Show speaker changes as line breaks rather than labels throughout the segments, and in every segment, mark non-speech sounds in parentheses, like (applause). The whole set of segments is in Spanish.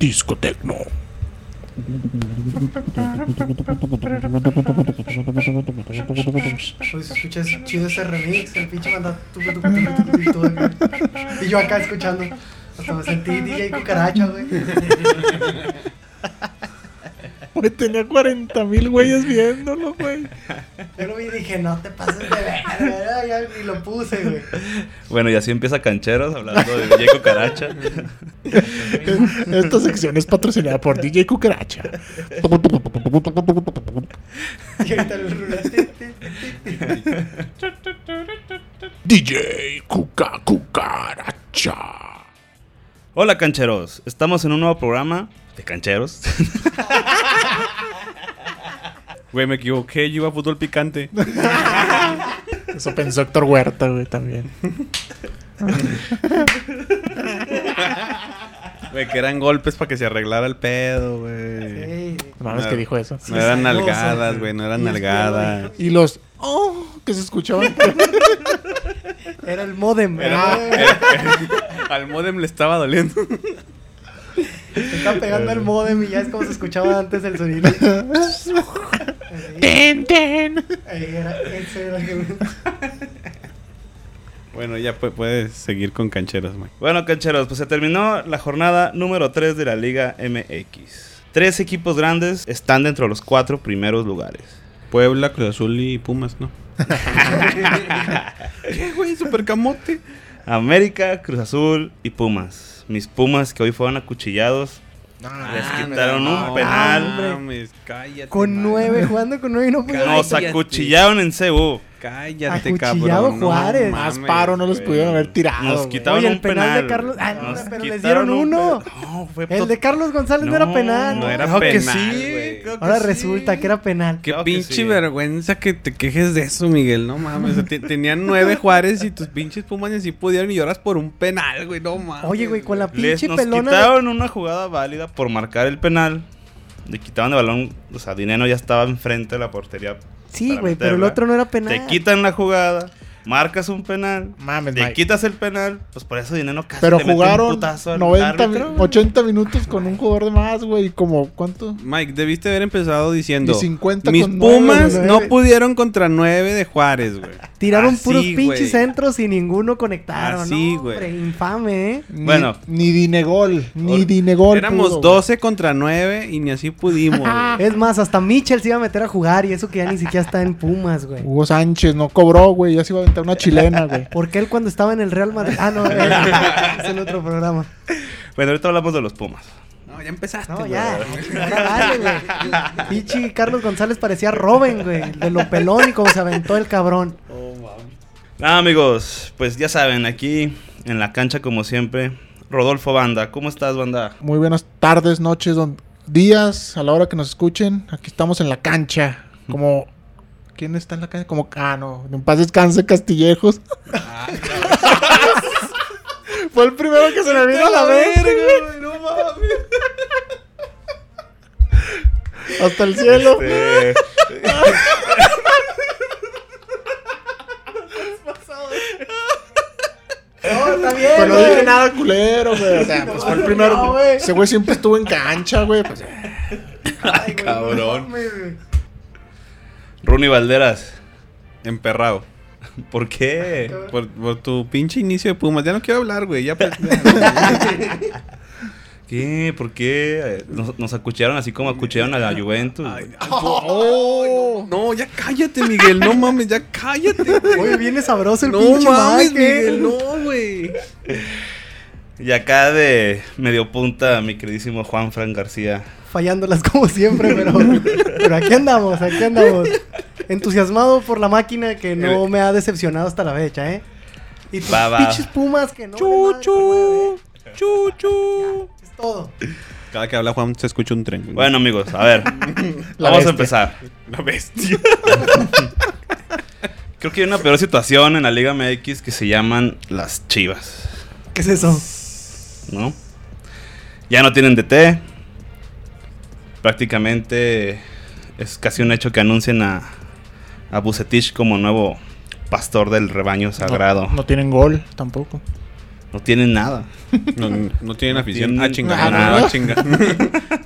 Discotecno.
Pues se escucha es chido ese remix, el pinche manda tucu, tucu, tucu, tucu, tucu, tucu, acá. Y yo acá escuchando. Hasta me sentí DJ cucaracha, güey.
Güey, tenía 40 mil güeyes viéndolo, güey.
Yo lo vi y dije, no te pases de verga. Ya ni lo puse, güey.
Bueno, y así empieza Cancheros hablando de DJ Cucaracha.
(laughs)
Esta sección es patrocinada por DJ Cucaracha.
Y ahorita el rulete.
DJ Cuca Cucaracha.
Hola Cancheros, estamos en un nuevo programa de Cancheros.
(laughs) Güey, me equivoqué, yo iba a fútbol picante.
Eso pensó Héctor Huerta, güey, también.
Güey, que eran golpes para que se arreglara el pedo, güey.
Ey,
No mames
No.
que dijo eso.
No eran
Cosas,
nalgadas,
güey.
güey, no eran
Y es que,
nalgadas.
Y los oh que se escuchaban.
Era el modem, güey.
Al modem le estaba doliendo.
Se está pegando el modem y ya es como se escuchaba antes el sonido.
(laughs)
Ey,
ten, ten.
ey, era- ese era el-
Bueno, ya pu- puedes seguir con cancheros, güey.
Bueno, cancheros, pues se terminó la jornada número 3 de la Liga MX. Tres equipos grandes están dentro de los cuatro primeros lugares.
Puebla, Cruz Azul y Pumas,
(laughs)
¿no? ¿Qué, güey? Supercamote.
América, Cruz Azul y Pumas. Mis Pumas que hoy fueron acuchillados. Ah,
Ah,
Les quitaron un penal.
mames, cállate.
Con
madre.
nueve, jugando con nueve y no pudo.
Nos
Cállate.
acuchillaron en CU.
Cállate,
Acuchillado
cabrón. no
Juárez.
Más
mames,
paro no los
güey.
pudieron haber tirado.
Nos
güey.
quitaron
Ah, Oye, el
un
penal
penal.
de Carlos- ah, no,
Nos
pero les
quitaron
dieron
un
uno.
pe- No, fue
El de Carlos González no, era penal.
no era
Claro que
penal,
sí,
güey.
claro que
Ahora
sí.
resulta que era penal.
Qué
Claro que
pinche
sí.
vergüenza que te quejes de eso, Miguel. No mames. o sea, te- tenían nueve Juárez y tus pinches Pumas ni si pudieron y lloras por un penal, güey. No mames.
Oye, güey, con la
Les,
pinche
nos
pelona. de-
quitaron una jugada válida por marcar el penal. Le quitaban el balón, o sea, Dineno ya estaba enfrente de la portería.
Sí,
para
güey, pero el
meterla.
otro no era penal.
Te quitan la jugada, marcas un penal,
Mames,
te
Mike.
quitas el penal, pues por eso Dineno casi
Pero
te mete un
jugaron
putazo al
90, mi-
árbitro.
80 minutos con un jugador de más, güey. y Como, ¿cuánto?
Mike, debiste haber empezado diciendo.
Y 50
Mis
con nueve,
Pumas
güey.
no pudieron contra nueve de Juárez, güey.
Tiraron
Así,
puros
güey.
pinches centros y ninguno conectaron.
Así,
no,
güey.
hombre, infame, ¿eh?
Ni-
Bueno.
Ni Dinegol, ni
Or-
Dinegol. pudo,
Éramos
güey.
12 contra 9 y ni así pudimos.
(laughs)
güey.
Es más, hasta Mitchell se iba a meter a jugar y eso que ya ni siquiera está en Pumas, güey.
Hugo Sánchez no cobró, güey. Ya se iba a aventar una chilena, güey.
Porque él cuando estaba en el Real Madrid. Ah,
(laughs)
no, es el otro programa.
Bueno, ahorita hablamos de los Pumas.
No, ya empezaste.
No,
güey.
ya. Ahora dale, güey. Pichi Carlos González parecía Robin, güey. el De lo pelón y como se aventó el cabrón.
Nada, Ah, amigos, pues ya saben, aquí en la cancha, como siempre, Rodolfo Banda. ¿Cómo estás, Banda?
Muy buenas tardes, noches, don- días, a la hora que nos escuchen. Aquí estamos en la cancha. Como. ¿Quién está en la cancha? Como. Ah, no. En paz descanse, Castillejos. (laughs) Fue el primero que se me vino a la verga.
güey. No mames.
Hasta el cielo.
Este,
No, está bien.
Pero no
güey.
dije nada culero, güey. O sea, pues fue el primero.
No, güey.
Ese güey siempre estuvo en cancha, güey. Pues, eh.
Ay, güey, no
Cabrón.
mames, güey.
Runi Valderas,
Emperrado.
(laughs) ¿por qué?
Por, por tu pinche inicio de Pumas. Ya no quiero hablar,
(laughs)
güey. Ya, pues, ya.
¿Qué? ¿Por qué? Nos, nos acuchillaron así como acuchillaron a la Juventus.
Ay, ay,
Oh.
no, no, ya cállate, Miguel. No mames, ya cállate. güey.
Oye, viene sabroso el
No
pinche
mames,
Mike, ¿eh?
Miguel, no, güey.
Y acá de medio punta, mi queridísimo Juan Fran García.
Fallándolas (laughs) como siempre, pero, pero aquí andamos, aquí andamos. Entusiasmado por la máquina que no me ha decepcionado hasta la fecha, ¿eh? Y tus
Va, va.
pinches pumas que no. valen madre, que Es todo.
Cada que habla Juan se escucha un tren. güey.
Bueno, amigos,
(laughs)
a ver.
La
vamos
bestia.
a empezar.
la bestia.
(laughs) Creo que hay una peor situación en la Liga MX que se llaman las chivas,
¿Qué es eso?
¿no? Ya no tienen DT. Prácticamente es casi un hecho que anuncien a, a Bucetich como nuevo pastor del rebaño sagrado.
No, no tienen gol tampoco.
No tienen nada.
No, no tienen afición.
tienen-
Ah, chinga.
Ah,
No,
¿no?
(laughs) chinga.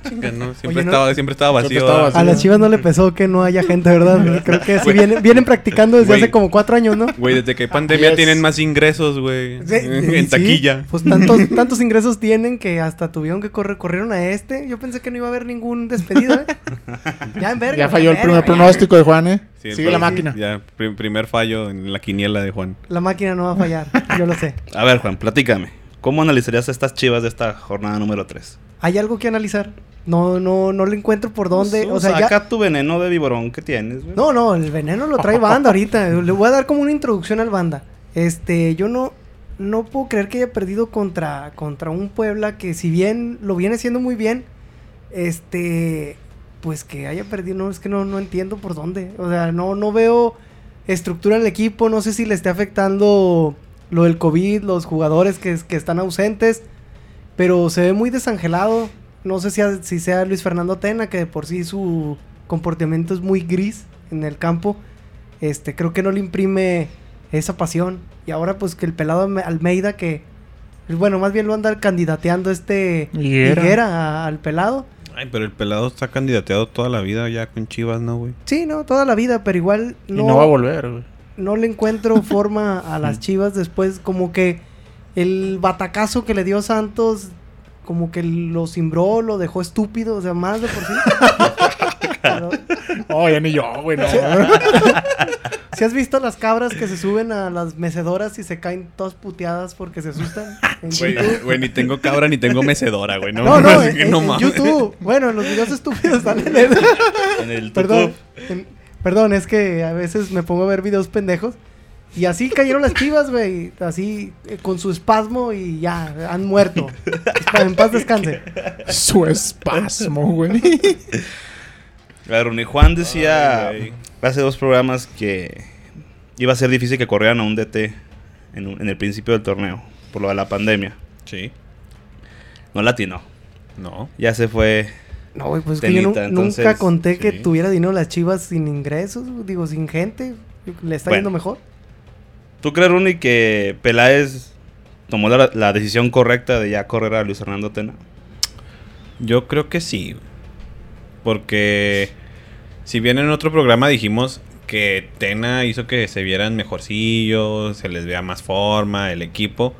Chinga, no. Siempre,
Oye, no-
estaba, siempre estaba vacío.
Siempre estaba
¿verdad?
vacío.
A las chivas no le pesó que no haya gente, ¿verdad? Creo que sí,
Güey.
vienen, vienen practicando desde
Güey.
hace como cuatro años, ¿no?
Güey, desde que hay pandemia
es.
tienen más ingresos, güey.
Ah, Sí,
(laughs) en
sí,
taquilla.
Pues tantos, tantos ingresos tienen que hasta tuvieron que correr, corrieron a este. Yo pensé que no iba a haber ningún despedido, ¿eh? Ya en verga.
Ya falló el
en verga,
primer
ya.
pronóstico de Juan, ¿eh?
Sí, el
Sigue la
prim-
máquina.
Ya, prim- primer fallo en la quiniela de Juan.
La máquina no va a fallar, yo lo sé.
A ver, Juan, platícame. ¿Cómo analizarías estas chivas de esta jornada número 3?
Hay algo que analizar. No, no, no le encuentro por
Pues,
dónde. O sea, ya.
saca tu veneno de viborón que tienes, güey.
No, no, el veneno lo trae banda ahorita. Le voy a dar como una introducción al banda. Este, yo no, no puedo creer que haya perdido contra, contra un Puebla que si bien lo viene haciendo muy bien, este, pues que haya perdido, no, es que no, no entiendo por dónde. O sea, no, no veo estructura en el equipo, no sé si le esté afectando lo del COVID, los jugadores que, que están ausentes, pero se ve muy desangelado. No sé si, a- si sea Luis Fernando Tena, que de por sí su comportamiento es muy gris en el campo. Este, creo que no le imprime esa pasión. Y ahora pues que el pelado Alme- Almeida que pues, bueno, más bien lo anda candidateando este
Higuera.
Higuera a- al pelado.
Ay, pero el pelado está candidateado toda la vida ya con Chivas, ¿no, güey?
Sí, no, toda la vida, pero igual
Y
no,
no va a volver, güey.
no le
(laughs)
encuentro forma a
Mm.
las Chivas después, como que el batacazo que le dio Santos, como que lo cimbró, lo dejó estúpido, o sea, más de por
(laughs)
sí. Pero,
Oh, ya ni yo, güey, no.
Si has visto las cabras que se suben a las mecedoras y se caen todas puteadas porque se asustan en
Güey,
YouTube.
güey, ni tengo cabra ni tengo mecedora, güey. No,
No, no,
es
en,
que
en-
no
en
mames.
YouTube. Bueno, en los videos estúpidos salen eso.
En el
Perdón,
tutup.
en- perdón, es que a veces me pongo a ver videos pendejos. Y así cayeron las chivas, güey. Así, eh, con su espasmo y ya, han muerto. Espa- En paz descanse.
(laughs) Su espasmo, güey.
A ver, Uni Juan decía
Ay, güey.
hace dos programas que iba a ser difícil que corrieran a un DT en, un- en el principio del torneo, por lo de la pandemia.
Sí.
No latino.
No.
Ya se fue.
No, güey, pues que yo
Tenita,
nu-
entonces,
nunca conté que
sí.
tuviera dinero las chivas sin ingresos, digo, sin gente. Le está
Bueno.
yendo mejor.
¿Tú crees, Runi, que Peláez tomó la, la decisión correcta de ya correr a Luis Hernando Tena?
Yo creo que sí. güey. Porque si bien en otro programa dijimos que Tena hizo que se vieran mejorcillos, se les vea más forma, el equipo.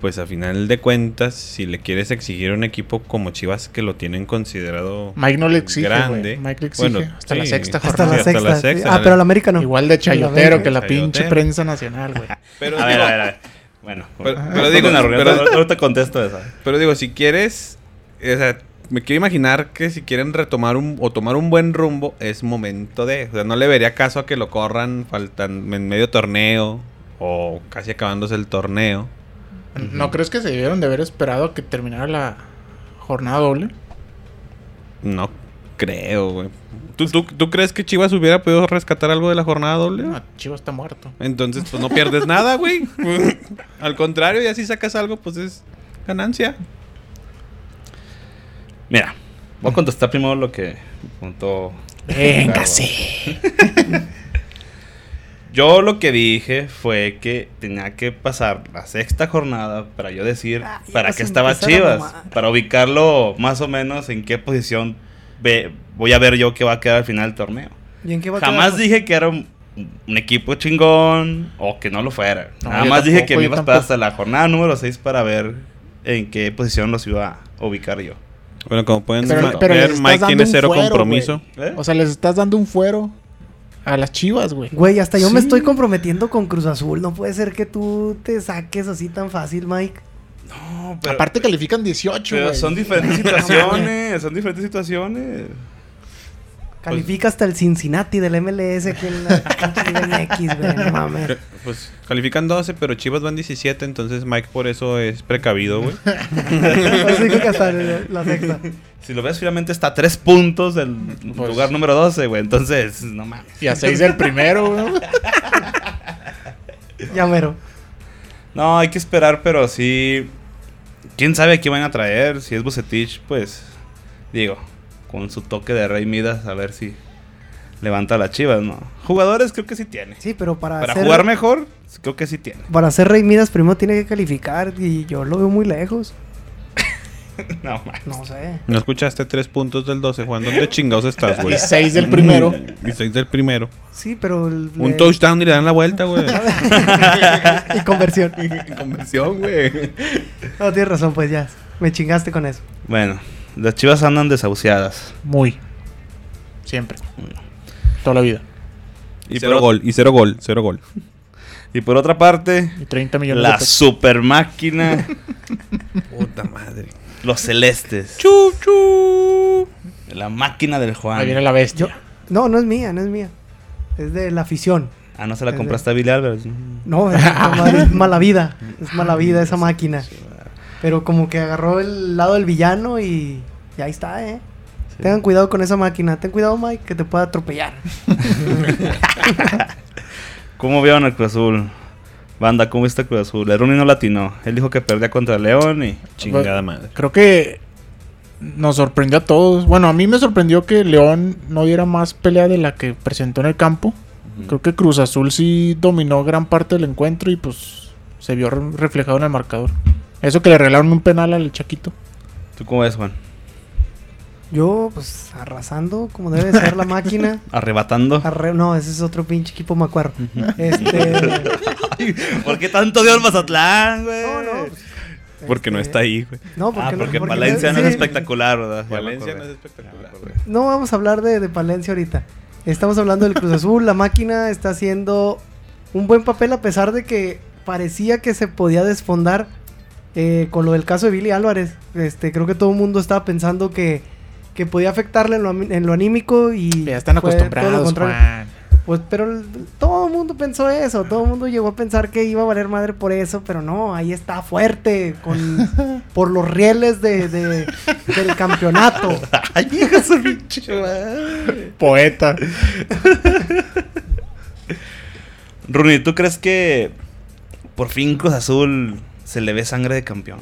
Pues a final de cuentas, si le quieres exigir a un equipo como Chivas que lo tienen considerado
Mike no le exige,
Grande.
güey. Mike le exige.
Bueno,
hasta
sí.
la sexta
Hasta
Hasta
jornada.
la
hasta
sexta.
la
sí.
sexta,
Ah,
la-
pero al América no.
Igual de chayotero que la
Chayotero.
pinche prensa nacional, güey.
Pero
A ver,
digo-
a ver, a ver. Bueno,
Pero-
con-
pero
con-
digo,
con la reunión,
pero-
ahorita- ahorita contesto esa.
Pero digo, si quieres, o sea, me quiero imaginar que si quieren retomar un, o tomar un buen rumbo, es momento de, o sea, no le vería caso a que lo corran faltan en medio torneo o casi acabándose el torneo.
¿No crees que se debieron de haber esperado a que terminara la jornada doble?
No creo, güey. ¿Tú, tú, tú crees que Chivas hubiera podido rescatar algo de la jornada doble?
No, Chivo está muerto.
Entonces, pues no pierdes
(laughs)
nada, güey. Al contrario, ya si sacas algo, pues es ganancia.
Mira, voy a contestar primero lo que contó.
Venga,
Claro.
sí.
Yo lo que dije fue que tenía que pasar la sexta jornada para yo decir
Ah, ya
para
vas
qué
a
estaba
empezar a
Chivas,
mamar.
para ubicarlo más o menos en qué posición ve- voy a ver yo que va a quedar al final del torneo.
¿Y en qué va a
Jamás
quedar?
dije que era un, un equipo chingón o que no lo fuera.
No,
Nada
yo
más dije
tampoco,
que me
yo
iba a esperar
tampoco.
hasta la jornada número 6 para ver en qué posición los iba a ubicar yo.
Bueno, como pueden
Pero,
ma-
pero les
ver,
estás
Mike
dando
tiene
un
cero
fuero,
compromiso.
güey.
¿Eh?
O sea, les estás dando un fuero a las chivas, güey.
Güey, hasta yo me
Sí.
estoy comprometiendo con Cruz Azul. No puede ser que tú te saques así tan fácil, Mike.
No,
Aparte califican 18,
pero
güey.
son diferentes situaciones, son diferentes situaciones.
Califica hasta el Cincinnati del MLS aquí en la pinche Liga MX, güey. No mames. (laughs)
Pues califican 12, pero Chivas van 17, entonces Mike por eso es precavido, güey.
Por eso digo que hasta el- la sexta.
Si lo ves finalmente está a tres puntos del
Pues-
lugar número 12, güey. Entonces, no mames.
Y a 6 del primero, güey.
Ya mero.
No, hay que esperar, pero sí. ¿Quién sabe qué van a traer? Si es Bucetich, pues. Digo, con su toque de Rey Midas, a ver si levanta a las chivas, ¿no? Jugadores creo que sí tiene.
Sí, pero para,
Para
ser-
jugar mejor, creo que sí tiene.
Para ser Rey Midas primero tiene que calificar y yo lo veo muy lejos.
No, man.
(laughs) No sé.
No escuchaste tres puntos del 12, Juan. ¿Dónde chingados estás,
(laughs)
güey?
Y seis del primero.
Y seis del primero.
Sí, pero... el-
Un
le-
touchdown y le dan la
(laughs)
vuelta,
(laughs)
güey. (laughs)
y conversión.
Conversión, güey.
No, tienes razón, pues ya. Me chingaste con eso.
Bueno, las chivas andan desahuciadas.
Muy. Siempre. Toda la vida.
Cero
Y cero gol, y cero gol, cero gol.
Y por otra parte,
Y 30 millones de
la
pesos.
super máquina,
(laughs) Puta madre.
los celestes.
Chu, chu.
La máquina del
Ahí viene
Juan.
la
Yo...
bestia.
No, no es mía, no es mía. Es de la afición.
Ah, no se la compraste a Billy Álvarez. Mm.
No, es, es mala vida. Es mala vida esa máquina. Pero como que agarró el lado del villano y, y ahí está, ¿eh?
Sí.
Tengan cuidado con esa máquina. Ten cuidado, Mike, que te pueda atropellar.
¿Cómo vieron al Cruz Azul? Banda, ¿cómo viste al Cruz Azul? El Rooney no latinó. Él dijo que perdía contra León y...
Chingada madre.
Creo que nos sorprendió a todos. Bueno, a mí me sorprendió que León no diera más pelea de la que presentó en el campo. Creo que Cruz Azul sí dominó gran parte del encuentro y pues se vio re- reflejado en el marcador. Eso que le regalaron un penal al Chaquito.
¿Tú cómo ves, Juan?
Yo, pues, arrasando como debe de ser la
(laughs)
máquina.
¿Arrebatando?
Arre- no, ese es otro pinche equipo macuarro.
Mm.
Este.
(laughs)
(laughs)
¿Por qué tanto dio al Mazatlán, güey?
No, no. pues,
Porque no
este,
está ahí, güey.
No, porque,
Ah,
no-
porque
porque
Palencia no es
sí.
espectacular, ¿verdad? Ya me
Valencia no
acordé.
es espectacular.
No vamos a hablar de, de Palencia ahorita. Estamos hablando del Cruz Azul. La máquina está haciendo un buen papel a pesar de que parecía que se podía desfondar eh, con lo del caso de Billy Álvarez. Este, creo que todo el mundo estaba pensando que, que podía afectarle en lo, ami- en lo anímico y
Ya están
fue todo lo
acostumbrados,
contrario.
Juan.
Pues, pero el- todo el mundo pensó eso, todo el mundo llegó a pensar que iba a valer madre por eso, pero no, ahí está fuerte,
(laughs)
con, por los rieles de, de- del campeonato.
Ay, hijo de su pinche madre.
Poeta.
Rooney, ¿tú crees que por fin Cruz Azul se le ve sangre de campeón?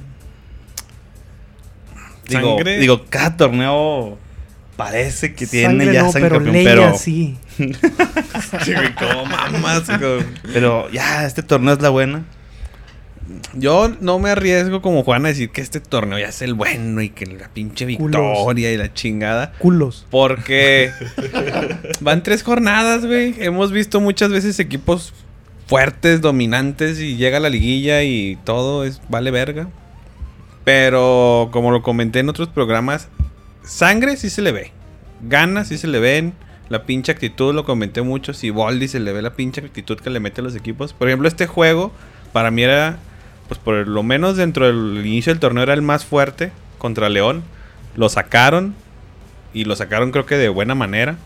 Digo,
¿Sangre?
digo cada torneo parece que tiene
Sangre
ya
no,
sangre de
pero
campeón,
leña
pero,
sí.
Sí, güey, ¿cómo (laughs) mamas, güey?
pero ya este torneo es la buena.
Yo no me arriesgo como Juan a decir que este torneo ya es el bueno y que la pinche victoria y la chingada.
Culos.
Porque (laughs) van tres jornadas, güey. Hemos visto muchas veces equipos fuertes, dominantes y llega la liguilla y todo es vale verga. Pero como lo comenté en otros programas, sangre sí se le ve. Ganas sí se le ven. La pinche actitud, lo comenté mucho. Si Boldi se le ve la pinche actitud que le mete a los equipos. Por ejemplo, este juego para mí era, pues por lo menos dentro del inicio del torneo era el más fuerte contra León. Lo sacaron y lo sacaron creo que de buena manera.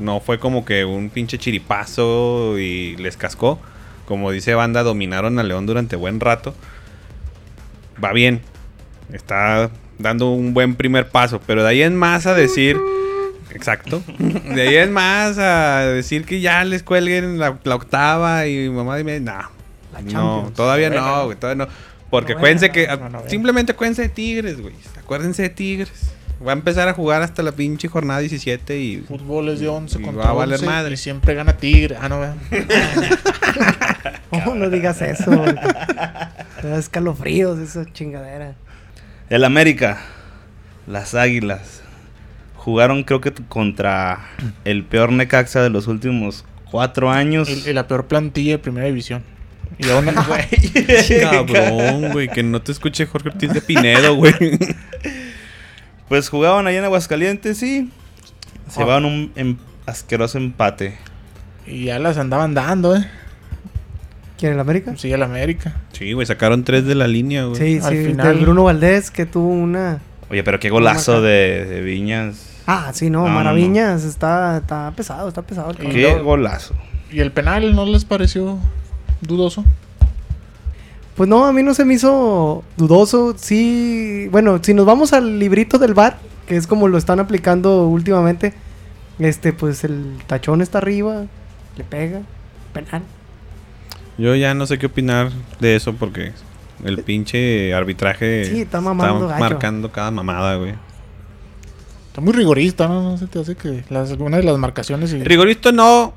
No fue como que un pinche chiripazo y les cascó. Como dice Banda, dominaron a León durante buen rato. Va bien. Está dando un buen primer paso. Pero de ahí en más a decir... Exacto. De ahí en más a decir que ya les cuelguen la, la octava y mamá dime... No.
La
No,
Champions.
todavía no, güey. Todavía no. Porque
Novena,
acuérdense que...
no, no, novena.
simplemente acuérdense de Tigres, güey. Acuérdense de Tigres. Va a empezar a jugar hasta la pinche jornada 17 y... (laughs)
Fútbol es de 11
Y
contra
va a valer
11
madre.
y siempre gana Tigre. Ah, no, ¿verdad?
(laughs) Oh, no
(laughs)
digas eso. güey. Te da escalofríos esa chingadera.
El América, las Águilas, jugaron creo que contra el peor Necaxa de los últimos cuatro años.
El-
(laughs)
el- la peor plantilla de primera división. Y aún
(laughs) Cabrón, güey, que no te escuche Jorge Ortiz de Pinedo, (laughs) güey.
Pues jugaban allá en Aguascalientes y
Ah.
se llevaban un em- asqueroso empate.
y ya las andaban dando, ¿eh?
¿Quién, el América?
Sigue el América.
Sí, güey, sacaron tres de la línea, güey.
Sí,
Al
sí,
final-
de Bruno Valdés que tuvo una...
Oye, pero qué golazo de, de Viñas.
Ah, sí, no,
No, no, no.
Maraviñas Está, está pesado, está pesado. el cabrón.
Qué
luego-
golazo.
¿Y el penal no les pareció dudoso?
Pues no, a mí no se me hizo dudoso. Sí, bueno, si nos vamos al librito del bar, que es como lo están aplicando últimamente, este, pues el tachón está arriba, le pega, penal.
Yo ya no sé qué opinar de eso porque el pinche arbitraje
Sí, está mamando gallo.
marcando cada mamada, güey.
Está muy rigorista, ¿no? No se te hace que las, una de las marcaciones. Y...
Rigorista no.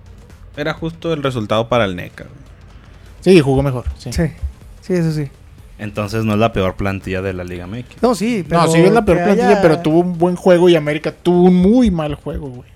Era justo el resultado para el NECA. güey.
Sí, jugó mejor. Sí.
Sí, sí, eso sí.
Entonces no es la peor plantilla de la Liga MX.
No, sí, pero.
No, sí es la peor
que
plantilla,
haya-
pero tuvo un buen juego y América tuvo un muy mal juego, güey.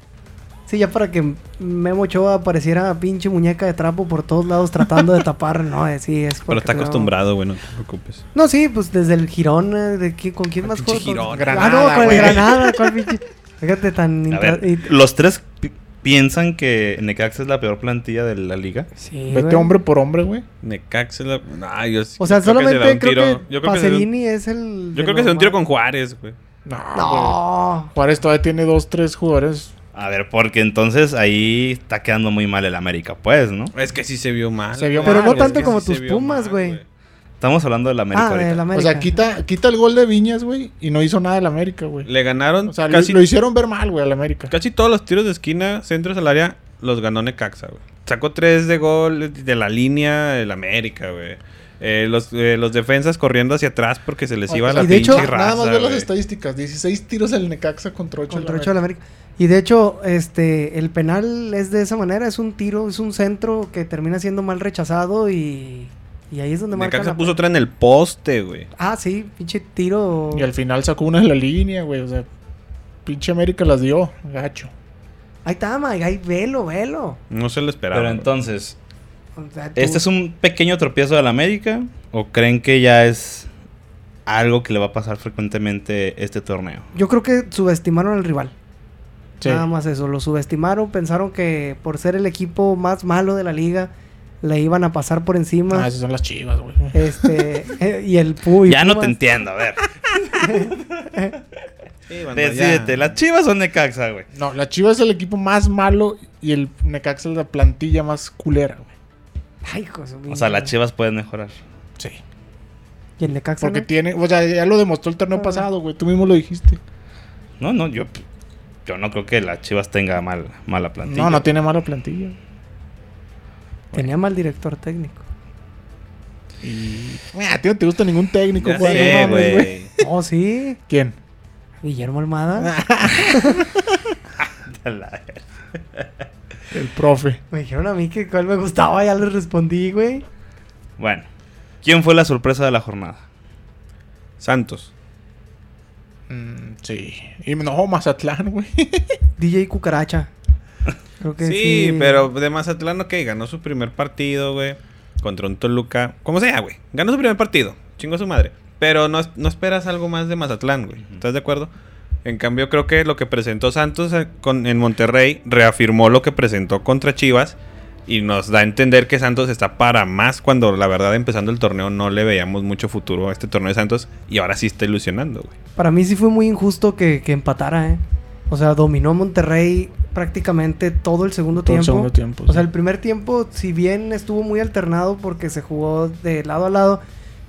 Sí, ya para que Memo Ochoa apareciera pinche muñeca de trapo por todos lados tratando de tapar, no, eh, sí, es
Pero
porque
está
no-
acostumbrado, güey, no te preocupes.
No, sí, pues desde el Girón, eh, de que, ¿con quién más
pinche
juega? Con-
Girón.
Ah, no,
Granada,
con el
güey.
Granada, ¿cuál
(laughs)
pinche? Fíjate tan...
A
intra-
ver,
y-
los tres pi- piensan que Necaxa es la peor plantilla de la liga.
Sí,
Vete
güey.
hombre por hombre, güey.
Necaxa es la... Nah, yo sí
O sea,
creo que se da
solamente
un
creo
tiro.
que
Yo creo que se da un-
Pacerini es el...
yo
de
creo que se da un
los
tiro
más-
con Juárez, güey.
No. güey.
No.
Juárez todavía tiene dos, tres jugadores.
A ver, porque entonces ahí está quedando muy mal el América, pues, ¿no?
Es que sí se vio mal.
Se vio
güey.
mal, Pero no
Es que
tanto como
se
tus
vio
Pumas,
mal,
güey.
Estamos hablando del América
Ah,
ahorita.
del
O
América.
sea, quita, quita el gol de Viñas, güey, y no hizo nada el América, güey.
Le ganaron
O sea, lo-
casi,
lo, hicieron ver mal, güey, al América.
casi todos los tiros de esquina, centros al área, los ganó Necaxa, güey. Sacó tres de gol de la línea el América, güey. Eh, los, eh, los defensas corriendo hacia atrás porque se les iba
O
la
sea,
y de
pinche
hecho,
raza,
nada más ver las
güey.
estadísticas. 16 tiros el Necaxa contra 8
Contra ocho de la América. Y de hecho, este, el penal es de esa manera, es un tiro, es un centro que termina siendo mal rechazado y, y ahí es donde marca
Necaxa puso otra en el poste, güey.
Ah, sí, pinche tiro.
Y al final sacó una de la línea, güey. O sea, pinche América las dio, gacho.
Ahí está, Mike, ahí velo, velo.
No se lo esperaba.
Pero
güey.
entonces,
O sea, tú-
¿este es un pequeño tropiezo del América? ¿O creen que ya es algo que le va a pasar frecuentemente este torneo?
Yo creo que subestimaron al rival.
Sí.
Nada más eso, lo subestimaron, pensaron que por ser el equipo más malo de la liga, le iban a pasar por encima.
Ah, esas son las chivas, güey.
(laughs)
Este, eh, y el Puy.
ya no
Pumas.
te entiendo, a ver.
Sí, banda, ya.
Decídete, ¿las chivas son Necaxa, güey?
No, la Chiva es el equipo más malo y el Necaxa es la plantilla más culera, güey.
Ay, hijo de su
O sea,
pinche-
las chivas pueden mejorar.
Sí.
Y el Necaxa.
Porque
no?
tiene, o sea, ya lo demostró el torneo
Ah.
pasado, güey. Tú mismo lo dijiste.
No, no, yo, yo no creo que las chivas tenga mal, mala plantilla.
No, no tiene mala plantilla.
Tenía mal director técnico.
Y... Ah, a ti no te gusta ningún técnico,
Ya
güey.
sé,
No mames, güey.
güey.
Oh, sí.
¿Quién?
Guillermo Almada.
A (laughs) la ver-
El profe.
Me dijeron a mí que cuál me gustaba, ya les respondí, güey.
Bueno, ¿quién fue la sorpresa de la jornada?
Santos.
Mm, sí. Y no, Mazatlán,
(laughs)
güey.
DJ Cucaracha. Creo que
Sí,
sí.
pero de Mazatlán, ok, ganó su primer partido, güey. Contra un Toluca. Como sea, güey. Ganó su primer partido. Chingo a su madre. Pero no, es- no esperas algo más de Mazatlán, güey. ¿Estás de acuerdo? En cambio, creo que lo que presentó Santos eh, con- en Monterrey reafirmó lo que presentó contra Chivas. Y nos da a entender que Santos está para más cuando la verdad empezando el torneo no le veíamos mucho futuro a este torneo de Santos. Y ahora sí está ilusionando, güey.
Para mí sí fue muy injusto que, que empatara, ¿eh? O sea, dominó Monterrey prácticamente todo el segundo
Todo el
tiempo.
segundo tiempo,
O sea,
sí.
el primer tiempo, si bien estuvo muy alternado porque se jugó de lado a lado,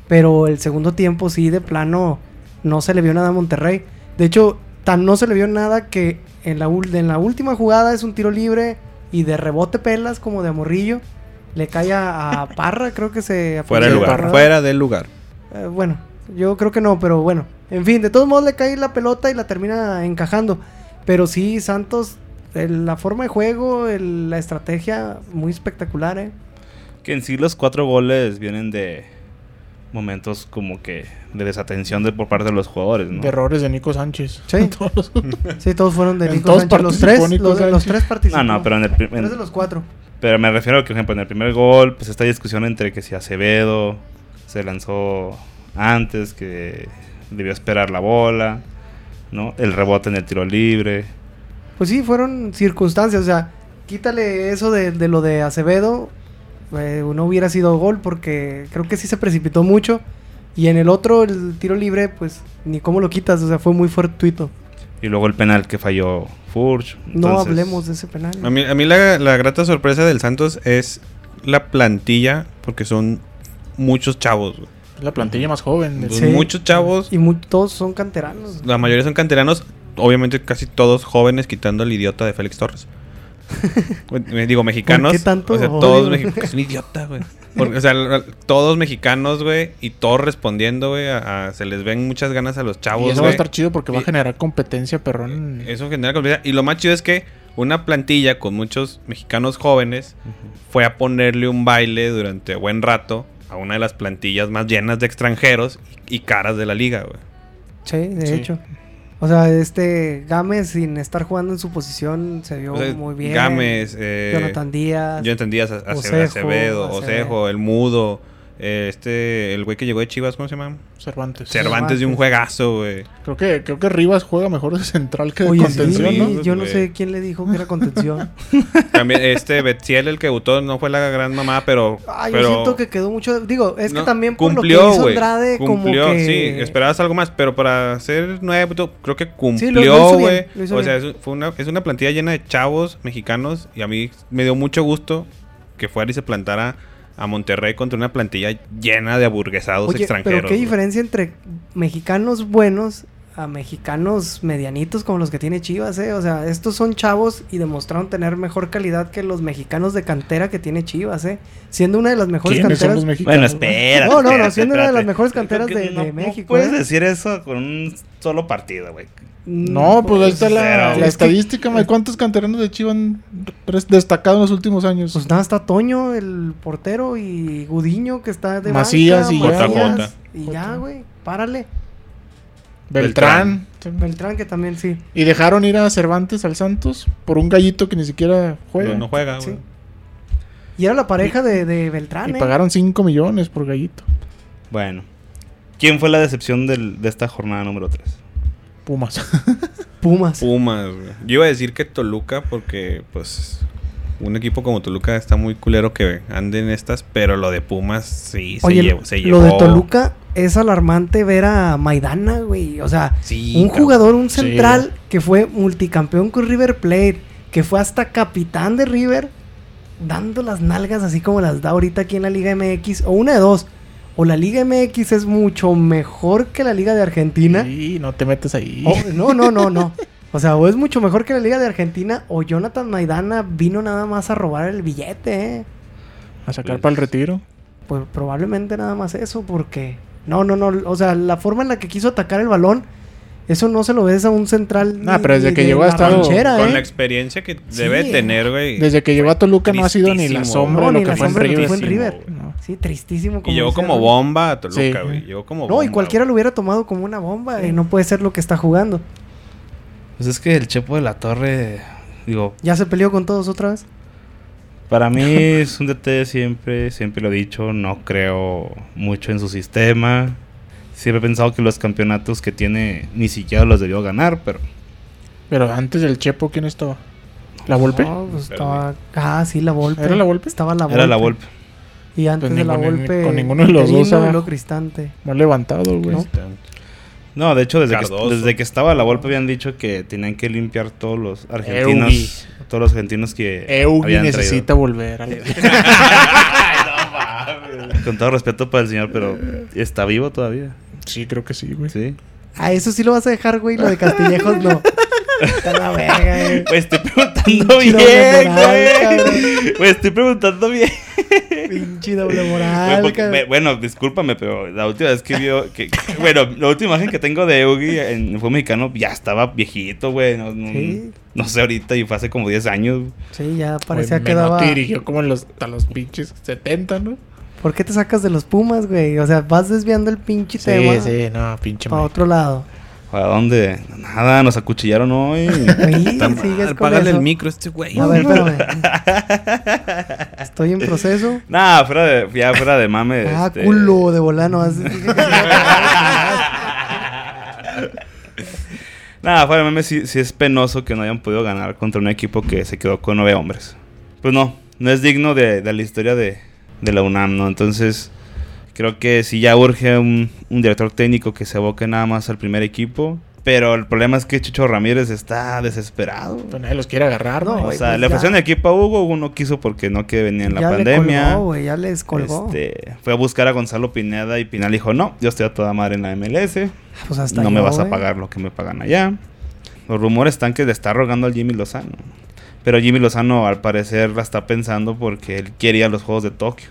pero el segundo tiempo sí, de plano, no se le vio nada a Monterrey. De hecho, tan no se le vio nada que en la, ul- en la última jugada es un tiro libre y de rebote pelas como de amorrillo. Le cae a, a Parra, creo que se...
Fuera del
Sí,
lugar.
parra.
Fuera del lugar.
Eh, bueno, yo creo que no, pero bueno. En fin, de todos modos le cae la pelota y la termina encajando. Pero sí, Santos, el- la forma de juego, el- la estrategia, muy espectacular,
(laughs)
¿eh?
Que en sí los cuatro goles vienen de momentos como que de desatención de, por parte de los jugadores, ¿no?
De errores de Nico Sánchez.
Sí.
(laughs) Todos los-
Sí, todos fueron de
En
Nico
todos
Sánchez. Los
participó
tres,
Nico
los, los
Sánchez.
tres
no,
participaron.
no, pero en el prim- en-
de los cuatro.
pero me refiero a que, por ejemplo, en el primer gol, pues esta discusión entre que si Acevedo se lanzó antes, que debió esperar la bola, ¿no? El rebote en el tiro libre.
Pues sí, fueron circunstancias. O sea, quítale eso de, de lo de Acevedo. eh, no hubiera sido gol porque creo que sí se precipitó mucho. Y en el otro, el tiro libre, pues ni cómo lo quitas. O sea, fue muy fortuito.
Y luego el penal que falló Furch.
no
Entonces,
hablemos de ese penal.
A mí, a mí la, la grata sorpresa del Santos es la plantilla, porque son muchos chavos. güey.
Es la plantilla más joven. de-
Son Muchos chavos,
Y mu- todos son canteranos. (laughs)
la mayoría son canteranos, obviamente casi todos jóvenes, quitando al idiota de Félix Torres. Me Digo, mexicanos.
¿Por qué tanto
O sea,
odio?
todos mexicanos. Es un idiota, güey. Porque, o sea, la- todos mexicanos, güey. Y todos respondiendo, güey. a- a- se les ven muchas ganas a los
Y
chavos,
eso va a
güey.
estar chido porque va a
Y-
generar competencia, perrón.
Eso genera complicidad. Y lo más chido es que una plantilla con muchos mexicanos jóvenes fue a ponerle un baile durante buen rato a una de las plantillas más llenas de extranjeros y, y caras de la liga, güey.
Sí, de
Sí.
hecho. O sea, este Gámez sin estar jugando en su posición se vio
O sea,
muy bien.
Gámez, eh,
Jonathan Díaz.
Yo entendía a a-
Osejo,
Acevedo, Acevedo,
Acevedo.
Osejo, el mudo, eh, este, el güey que llegó de Chivas, ¿cómo se llama?
Cervantes.
Cervantes, de un juegazo, güey.
Creo que, creo que Rivas juega mejor de central que de
Oye,
contención,
sí,
¿no?
¿no?
yo no
Güey.
sé quién le dijo que era
(laughs)
contención.
También este Betziel, el que debutó, no fue la gran mamá, pero...
Ah,
pero
yo siento que quedó mucho. Digo, es que
no,
también por lo
cumplió,
que hizo
güey,
Andrade,
cumplió,
como que.
sí, esperabas algo más, pero para ser nueve, tú- creo que
hizo
cumplió,
bien,
güey.
lo hizo
o sea, es,
bien.
fue una, es una plantilla llena de chavos mexicanos y a mí me dio mucho gusto que fuera y se plantara a Monterrey contra una plantilla llena de aburguesados
Oye,
extranjeros.
pero qué
güey.
diferencia entre mexicanos buenos a mexicanos medianitos como los que tiene Chivas, ¿eh? O sea, estos son chavos y demostraron tener mejor calidad que los mexicanos de cantera que tiene Chivas, ¿eh? Siendo una de las mejores
¿Quiénes son
canteras.
los mexicanos?
Bueno,
güey?
espera.
No, no, no, siendo una de las mejores canteras de, de México.
puedes
¿eh?
decir eso con un solo partido, güey.
No, pues ahí está la,
Cero.
la
mm, Es que-
estadística, güey. ¿Cuántos canteranos de Chivas han res- destacado en los últimos años?
Pues nada, está Toño, el portero, y Gudiño, que está de
Macías
banca,
y ya.
Macías, Y ya,
Jota.
güey, párale.
Beltrán.
Beltrán, que también sí.
Y dejaron ir a Cervantes al Santos por un gallito que ni siquiera juega.
No, no juega, güey.
Sí. Y era la pareja de, de Beltrán,
y
¿eh?
pagaron 5 millones por gallito.
Bueno. ¿Quién fue la decepción del- de esta jornada número 3?
Pumas.
Pumas.
Pumas, güey. Yo iba a decir que Toluca, porque, pues, un equipo como Toluca está muy culero que ande en estas, pero lo de Pumas sí
Oye,
se, llevó, se
lo
llevó.
de Toluca es alarmante ver a Maidana, güey. O sea,
Sí,
un
cabrón.
jugador, un
Sí,
central que fue multicampeón con River Plate, que fue hasta capitán de River, dando las nalgas así como las da ahorita aquí en la Liga MX, o una de dos. O la Liga MX es mucho mejor que la Liga
(laughs)
de Argentina.
Y no te metes ahí.
O- no, no, no, no. O sea, o es mucho mejor que la Liga de Argentina, o Jonathan Maidana vino nada más a robar el billete, ¿eh?
A sacar para el retiro.
Pues probablemente nada más eso, porque. No, no, no. O sea, la forma en la que quiso atacar el balón, eso no se lo ves a un central.
Nah, Ah, pero desde que llegó ha
la
estado
ranchera,
Con
¿eh?
la experiencia que
Sí.
debe tener, güey.
Desde que llegó a Toluca no ha sido ni la
eh, Tristísimo,
sombra
No,
de lo
ni
que
la
fue en
sombra de lo que
River.
fue en River.
No.
Sí, tristísimo.
Y llegó
dice
como
Ron.
bomba a Toluca,
Sí.
güey. Llegó como
No,
bomba.
y cualquiera
güey.
lo hubiera tomado como una bomba. Y no puede ser lo que está jugando.
Pues es que el Chepo de la Torre, digo,
Ya se peleó con todos otra vez.
Para
(laughs)
mí es un DT siempre, siempre lo he dicho, no creo mucho en su sistema. Siempre he pensado que los campeonatos que tiene ni siquiera los debió ganar, pero
Pero antes del Chepo, ¿quién estaba? ¿La Volpe?
No, pues
Pero
estaba. Ah, sí, la Volpe.
¿Era la Volpe?
Estaba la Volpe.
era la golpe.
Y antes
Pues
de la
ningún-
Volpe.
con ninguno de los dos,
Merino y
ah.
luego Cristante.
No levantado, güey.
No.
No, de hecho, desde que,
Cardoso.
desde que estaba la golpe habían dicho que tenían que limpiar todos los argentinos.
Eugi.
Todos los argentinos que
Eugi
habían
necesita volver. a la-
traído. Con todo respeto para el señor, pero está vivo todavía.
Sí, creo que sí, güey.
(laughs)
Sí.
Ah, eso sí lo vas a dejar, güey. Lo de Castillejos
(laughs)
no. Está la verga, eh, güey.
Pues estoy preguntando bien,
Pinche doble moral,
güey. Pues estoy preguntando bien.
Pinche doble
Güey,
pues,
moral,
porque-
cabrón.
me- bueno, discúlpame, pero la última vez que vio. Que, que- bueno, la última imagen que tengo de Eugi en fue mexicano ya estaba viejito, güey. No, no-
Sí.
no sé ahorita y fue hace como 10 años.
Sí, ya parecía
Güey,
que daba.
Menotti dirigió como en los, a los pinches 70, ¿no?
¿Por qué te sacas de los Pumas, güey? O sea, vas desviando el pinche tema
no, pinche
para otro
(laughs)
lado.
¿A dónde? Nada, nos acuchillaron hoy.
(laughs) Güey,
Está mal,
sigues con
Apágale
eso.
el micro a este güey.
A
(laughs)
ver, espérame. Estoy en proceso.
Nada, fuera de, ya fuera de mame.
Ah,
este-
culo
(laughs)
de volano.
Nada, fuera de mame, sí, sí es penoso que no hayan podido ganar contra un equipo que se quedó con nueve hombres. Pues no, no es digno de, de la historia de, de la UNAM, ¿no? Entonces, creo que sí ya urge un, un director técnico que se aboque nada más al primer equipo. Pero el problema es que Chicho Ramírez está desesperado.
Pues nadie los quiere agarrar,
No,
¿no?
o
güey,
sea,
pues
le ofrecieron
ya.
el equipo a Hugo, Hugo no quiso porque no que venía en la
ya
pandemia.
les colgó, güey. Ya les colgó.
Este, fue a buscar a Gonzalo Pineda y Pineda le dijo, no, yo estoy a toda madre en la MLS,
Pues hasta
no me
yo,
vas a
güey.
pagar lo que me pagan allá. Los rumores están que le está rogando al Jimmy Lozano. Pero Jimmy Lozano al parecer la está pensando porque él quería los Juegos de Tokio.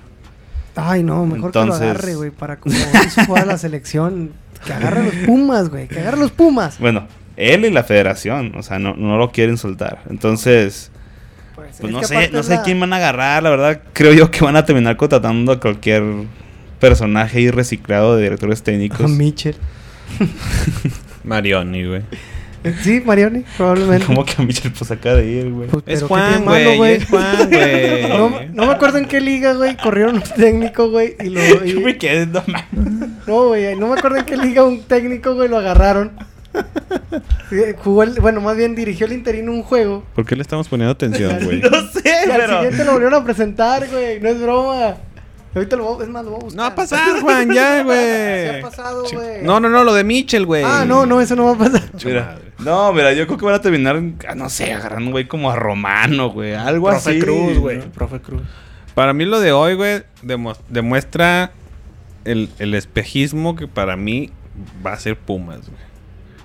Ay, no, mejor que
Entonces-
lo agarre, güey, para como (laughs) hizo jugar a la selección. Que agarre a los Pumas, güey, que agarre a los Pumas.
Bueno, él y la federación, o sea, no, no lo quieren soltar. Entonces, pues
es
no
que
sé,
aparte
no
es
sé
la- (laughs)
quién van a agarrar, la verdad. Creo yo que van a terminar contratando a cualquier personaje y reciclado de directores
A
técnicos. (laughs)
Mitchell.
Marioni, güey.
Sí, Marioni, probablemente.
Como que a Michel pues acá de ir, güey.
Pues, pero
Es
¿qué
Juan,
tiene malo,
güey. Es Juan, güey.
(laughs) No, no me acuerdo en qué liga, güey, corrieron un técnico, güey, y lo... Pues,
(laughs)
y-
(laughs) Yo me quedé, no mames.
No, güey, no me acuerdo en qué liga un técnico, güey, lo agarraron. Sí, Jugó el, bueno, más bien dirigió el interino un juego.
¿Por qué le estamos
(laughs)
poniendo atención, güey?
No sé,
Y al
pero.
siguiente lo volvieron a presentar, güey, no es broma. Ahorita lo voy, a- es más, lo voy a buscar.
No va a pasar, Juan, ya,
Sí
güey.
ha pasado, güey.
No, no, no, lo de Mitchell, güey.
Ah, no, no, eso no va a pasar.
Mira, no, mira, yo creo que van a terminar, ah, no sé, agarrando un güey como a Romano, güey. Algo
Profe
así.
Cruz, güey.
¿no?
Profe Cruz.
Para mí lo de hoy, güey, demo- demuestra el, el espejismo que para mí va a ser Pumas, güey.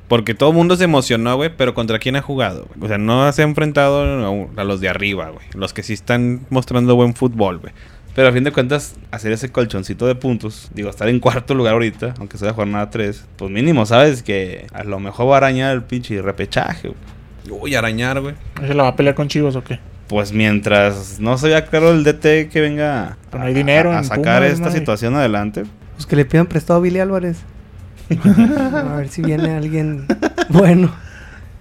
Porque todo el mundo se emocionó, güey, pero ¿contra quién ha jugado? güey? O sea, no se ha enfrentado a, un- a los de arriba, güey. Los que sí están mostrando buen fútbol, güey.
Pero a fin de cuentas, hacer ese colchoncito de puntos, digo, estar en cuarto lugar ahorita, aunque sea la jornada 3, pues mínimo, sabes que a lo mejor va a arañar el pinche repechaje. güey.
Uy, arañar, güey.
¿Se la va a pelear con Chivos o qué?
Pues mientras no se vea claro el DT que venga
Pero no hay dinero
a,
en
sacar
Pumas,
esta
no hay-
situación adelante,
Pues que le pidan prestado a Billy (laughs) Álvarez. A ver si viene alguien bueno.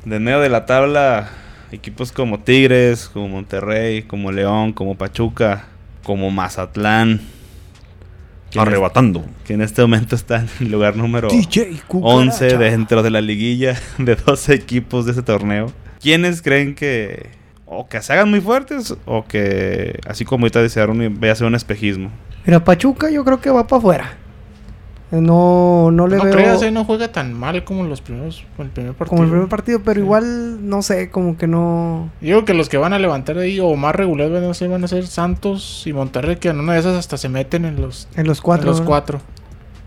de medio de la tabla, equipos como Tigres, como Monterrey, como León, como Pachuca, como Mazatlán, que en, este,
Arrebatando.
que en este momento está en el lugar número
DJ
11
Cucaracha.
dentro de la liguilla de 12 equipos de ese torneo. ¿Quiénes creen que o que se hagan muy fuertes o que así como ahorita desearon vaya a ser un espejismo?
Mira, Pachuca yo creo que va para afuera. Eh, No, no le
No
veo
creas, eh, no juega tan mal como los primeros, como el primer partido.
como el primer partido, pero
Sí.
igual no sé, como que no.
Digo que los que van a levantar ahí o más regulares van a ser, van a ser Santos y Monterrey, que en una de esas hasta se meten en los
En los
cuatro.
cuatro.
los
¿no?
cuatro.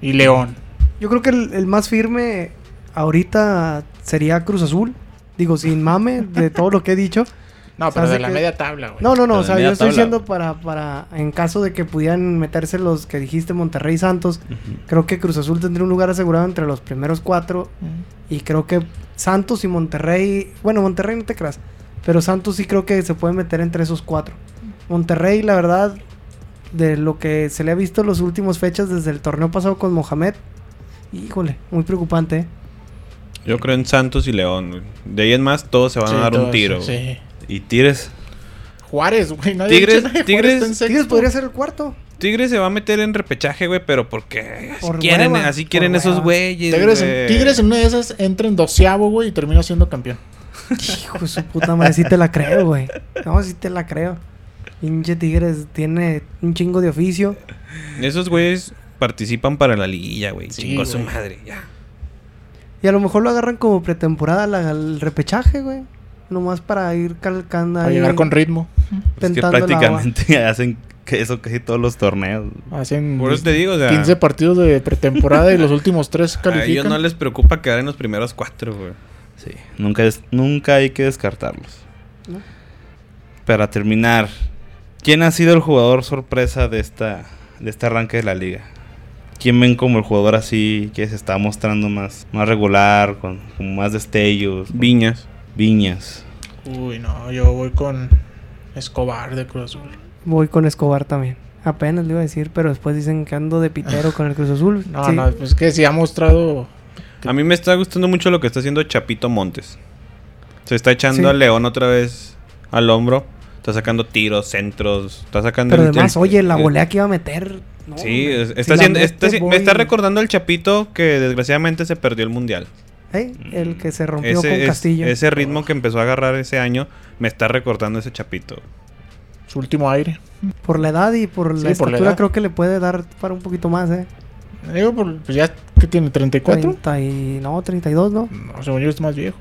Y León.
Yo creo que el, el más firme ahorita sería Cruz Azul. Digo, sin mame de todo lo que he dicho.
No,
Se
pero
hace
de la
que-
media tabla, güey.
No, no, no.
Pero
O
de
sea,
media
yo estoy
tabla,
diciendo para, para. En caso de que pudieran meterse los que dijiste, Monterrey y Santos. Creo que Cruz Azul tendría un lugar asegurado entre los primeros cuatro. Y creo que Santos y Monterrey. Bueno, Monterrey no te creas. Pero Santos sí creo que se puede meter entre esos cuatro. Monterrey, la verdad, de lo que se le ha visto en las últimas fechas desde el torneo pasado con Mohamed. Híjole, muy preocupante. ¿eh?
Yo creo en Santos y León, güey. De ahí en más, todos se van
Sí,
a dar
todo
un tiro.
eso,
güey.
sí.
Y Tigres,
Juárez, güey. nadie ha
Tigres-
dicho nada de Juárez,
Tigres-
está en sexto.
Tigres podría ser el cuarto.
Tigres se va a meter en repechaje, güey, pero porque así
Por
quieren,
hueva,
así
por
quieren esos
hueva.
güeyes.
Tigres
güey.
en, Tigres en una de esas entra en doceavo, güey, y termina siendo campeón.
Hijo de su puta madre, sí te la creo, güey. No, sí te la creo. Pinche Tigres tiene un chingo de oficio.
Esos güeyes participan para la liguilla, güey.
Sí,
Chingo a su
güey.
madre, ya.
Y a lo mejor lo agarran como pretemporada la- al repechaje, güey. Nomás para ir calcando
Para
ahí.
llegar con ritmo.
pues que
tentando el agua.
prácticamente (laughs) hacen que eso casi todos los torneos.
Hacen
Por eso te digo, o sea,
15 partidos de pretemporada y los últimos tres
(laughs) a ellos
califican.
no les preocupa quedar en los primeros cuatro, güey.
Sí, nunca, es- nunca hay que descartarlos.
No.
Para terminar, ¿quién ha sido el jugador sorpresa de esta de este arranque de la liga? ¿Quién ven como el jugador así que se está mostrando más, más regular, con, con más destellos? con
Viñas.
Viñas.
Uy, no, yo voy con Escobar de Cruz Azul.
Voy con Escobar también. Apenas le iba a decir, pero después dicen que ando de pitero con el Cruz
(laughs)
Azul.
No,
Sí.
no, pues que sí ha mostrado.
A mí me está gustando mucho lo que está haciendo Chapito Montes. Se está echando
Sí.
a León otra vez al hombro. Está sacando tiros, centros. Está sacando.
Pero
el-
además,
el-
oye, la
el-
volea que iba a meter. no,
eh, Sí,
hombre.
es-
Si la
está haciendo,
mete,
está haci-
voy-
me está recordando el Chapito que desgraciadamente se perdió el mundial.
¿Eh? El que se rompió
Ese,
con
es-
Castillo.
ese ritmo que empezó a agarrar ese año me está recortando ese Chapito.
Su último aire.
Por la edad y por la
Sí, por la
estatura,
edad.
creo que le puede dar para un poquito más, ¿eh?
Digo, por- pues ya que tiene 34.
30 y, no, 32, ¿no?
No, según yo es más viejo.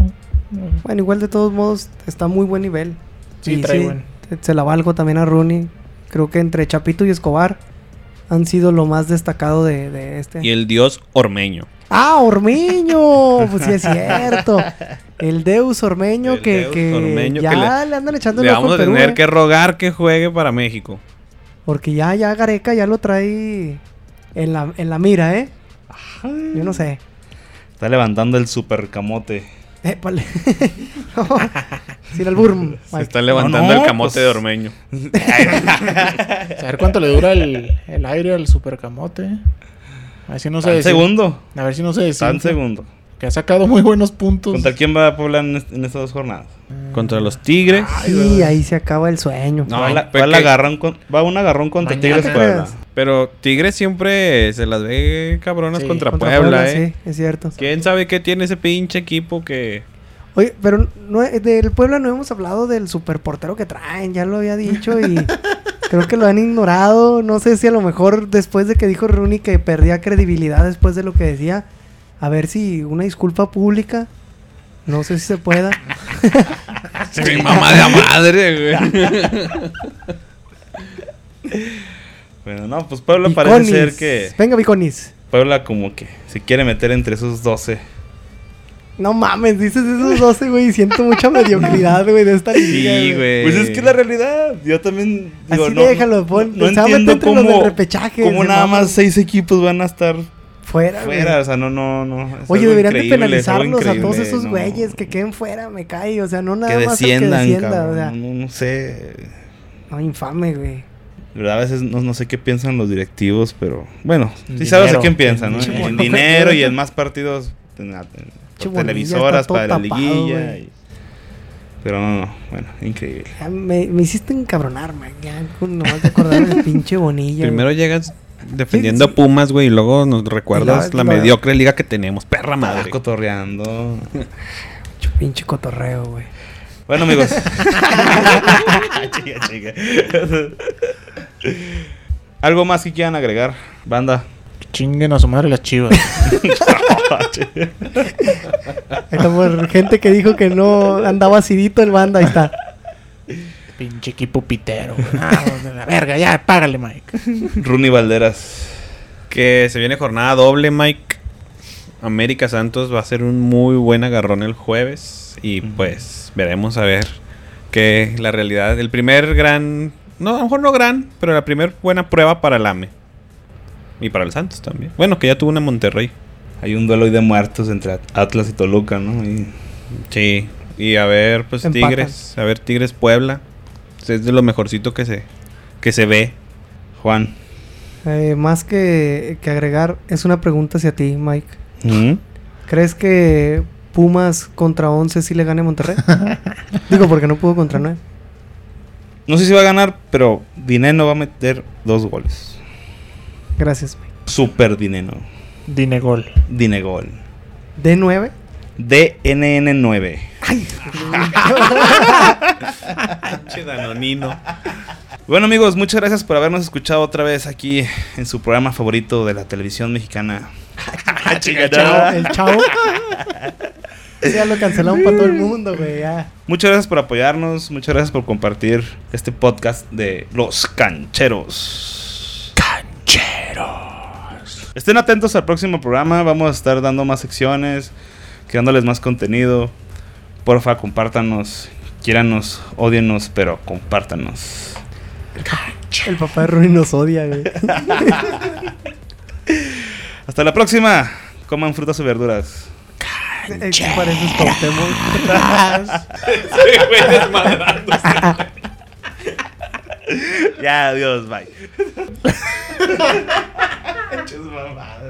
No,
Bueno, igual de todos modos está muy buen nivel.
Sí,
Y
trae buen.
te- Se la valgo también a Rooney. Creo que entre Chapito y Escobar han sido lo más destacado de, de este.
Y el dios ormeño.
¡Ah, Ormeño! Pues sí es cierto. El Deus Ormeño
El
que,
Deus
que
Ormeño
ya
que
le,
le-
andan echando el
Le
ojo
vamos
a
a
Perú,
tener
eh,
que rogar que juegue para México.
Porque ya, ya Gareca ya lo trae en la, en la mira, ¿eh? Yo no sé.
Está levantando el super camote.
Épale. (laughs) No, Sin el burm.
Se está levantando
No, no,
el camote
pues-
de Ormeño.
A ver cuánto le dura el, el aire al supercamote. A ver si no se
Está en
desin-
segundo.
A ver si no se
Está en
desinfla.
segundo.
Que ha sacado muy buenos
Pues
puntos.
¿Contra quién va a Puebla en, est- en estas dos jornadas?
Contra los Tigres.
Sí, ahí se acaba el sueño.
No,
va, la-
pues
va el
que-
agarrón con- va un agarrón contra
Mañana.
Tigres
No te
Puebla.
creas.
Pero Tigres siempre se las ve cabronas
Sí,
contra,
Contra
Puebla, ¿eh?
Sí, es cierto.
¿Quién sabe qué tiene ese pinche equipo que...
Oye, pero no, del Puebla no hemos hablado del superportero que traen, ya lo había dicho y creo que lo han ignorado. No sé si a lo mejor después de que dijo Rooney que perdía credibilidad después de lo que decía, a ver si una disculpa pública, no sé si se
(laughs)
pueda.
Mi mamá de la madre, güey.
Bueno, no, pues Puebla parece ser
Viconis.
que.
Venga, Viconis.
Puebla como que se quiere meter entre esos 12.
No mames, dices esos 12, güey, y siento mucha mediocridad, güey, de esta liga.
Sí, güey.
Pues es que es la realidad. Yo también.
Así déjalo, pon-
no
se va a meter
entiendo
entre los del
cómo-
repechaje,
cómo
se
nada
maman.
más seis equipos van a estar
Fuera, güey.
fuera. O sea, no, no, no. es
Oye,
algo
deberían de
increíble, es algo
penalizarlos a todos
increíble,
esos
no.
güeyes que queden fuera, me cae. O sea, no nada
Que
más el
desciendan,
que descienda.
cabrón,
o sea,
no, no sé.
no, infame, güey.
De verdad, a veces no, no sé qué piensan los directivos, pero bueno,
En
sí sabes a
dinero.
quién piensan, ¿no?
Sí,
En,
bueno.
dinero y
(laughs)
en más partidos, en, la- en
Che,
por
Bonilla
televisoras,
está todo
para la
tapado,
liguilla.
güey.
y- Pero no, no, bueno, increíble.
Ya me, me hiciste encabronar, man. Ya, con- nomás de acordarme del pinche bonilla.
Primero
güey.
llegas defendiendo a Pumas, güey, y luego nos recuerdas
Y
la,
la- la-
mediocre liga que tenemos. Perra
Madre.
madre.
cotorreando.
Pinche- Pinche cotorreo, güey.
Bueno, amigos. Chica, chica. Algo más que quieran agregar, banda.
Chinguen a su madre las
(laughs)
chivas.
Ahí está por gente que dijo que no andaba acidito el banda. Ahí está.
Pinche equipo pitero. güey. Ah, de la verga, ya, págale, Mike.
Rooney Valderas.
Que se viene jornada doble, Mike. América Santos va a ser un muy buen agarrón el jueves. Y pues veremos a ver que la realidad. El primer gran. No, a lo mejor no gran, pero la primer buena prueba para el AME. Y para el Santos también. Bueno, que ya tuvo una en Monterrey.
Hay un duelo hoy de muertos entre Atlas y Toluca, ¿no? Y
Sí. Y a ver, pues
Empatan.
Tigres. A ver, Tigres Puebla. Es de lo mejorcito que se, que se ve.
Juan.
Eh, más que, que agregar, es una pregunta hacia ti, Mike.
¿Mm?
¿Crees que Pumas contra 11 sí le gane a
(laughs)
Monterrey? Digo, porque no pudo contra 9.
No sé si va a ganar, pero Dineno va a meter dos goles.
Gracias, Mike.
Super Dineno.
Dinegol.
Dinegol.
¿De 9?
DNN9.
(laughs) Pinche Danonino.
Bueno amigos, muchas gracias por habernos escuchado otra vez aquí en su programa favorito de la televisión mexicana.
chavo, el chavo. Sí, Ah. (laughs) ya lo cancelaron para todo el mundo, güey. Ya.
Muchas gracias por apoyarnos, muchas gracias por compartir este podcast de Los Cancheros. Cancheros. Estén atentos al próximo programa, vamos a estar dando más secciones, creándoles más contenido. Porfa, compártanos, quiéranos, odienos, pero compártanos.
El papá de Rui nos odia, güey.
Hasta la próxima. Coman frutas y verduras.
Eh, ¿Qué pareces (laughs) Cuauhtémoc?
(laughs) Ya, adiós, bye. Muchas mamadas.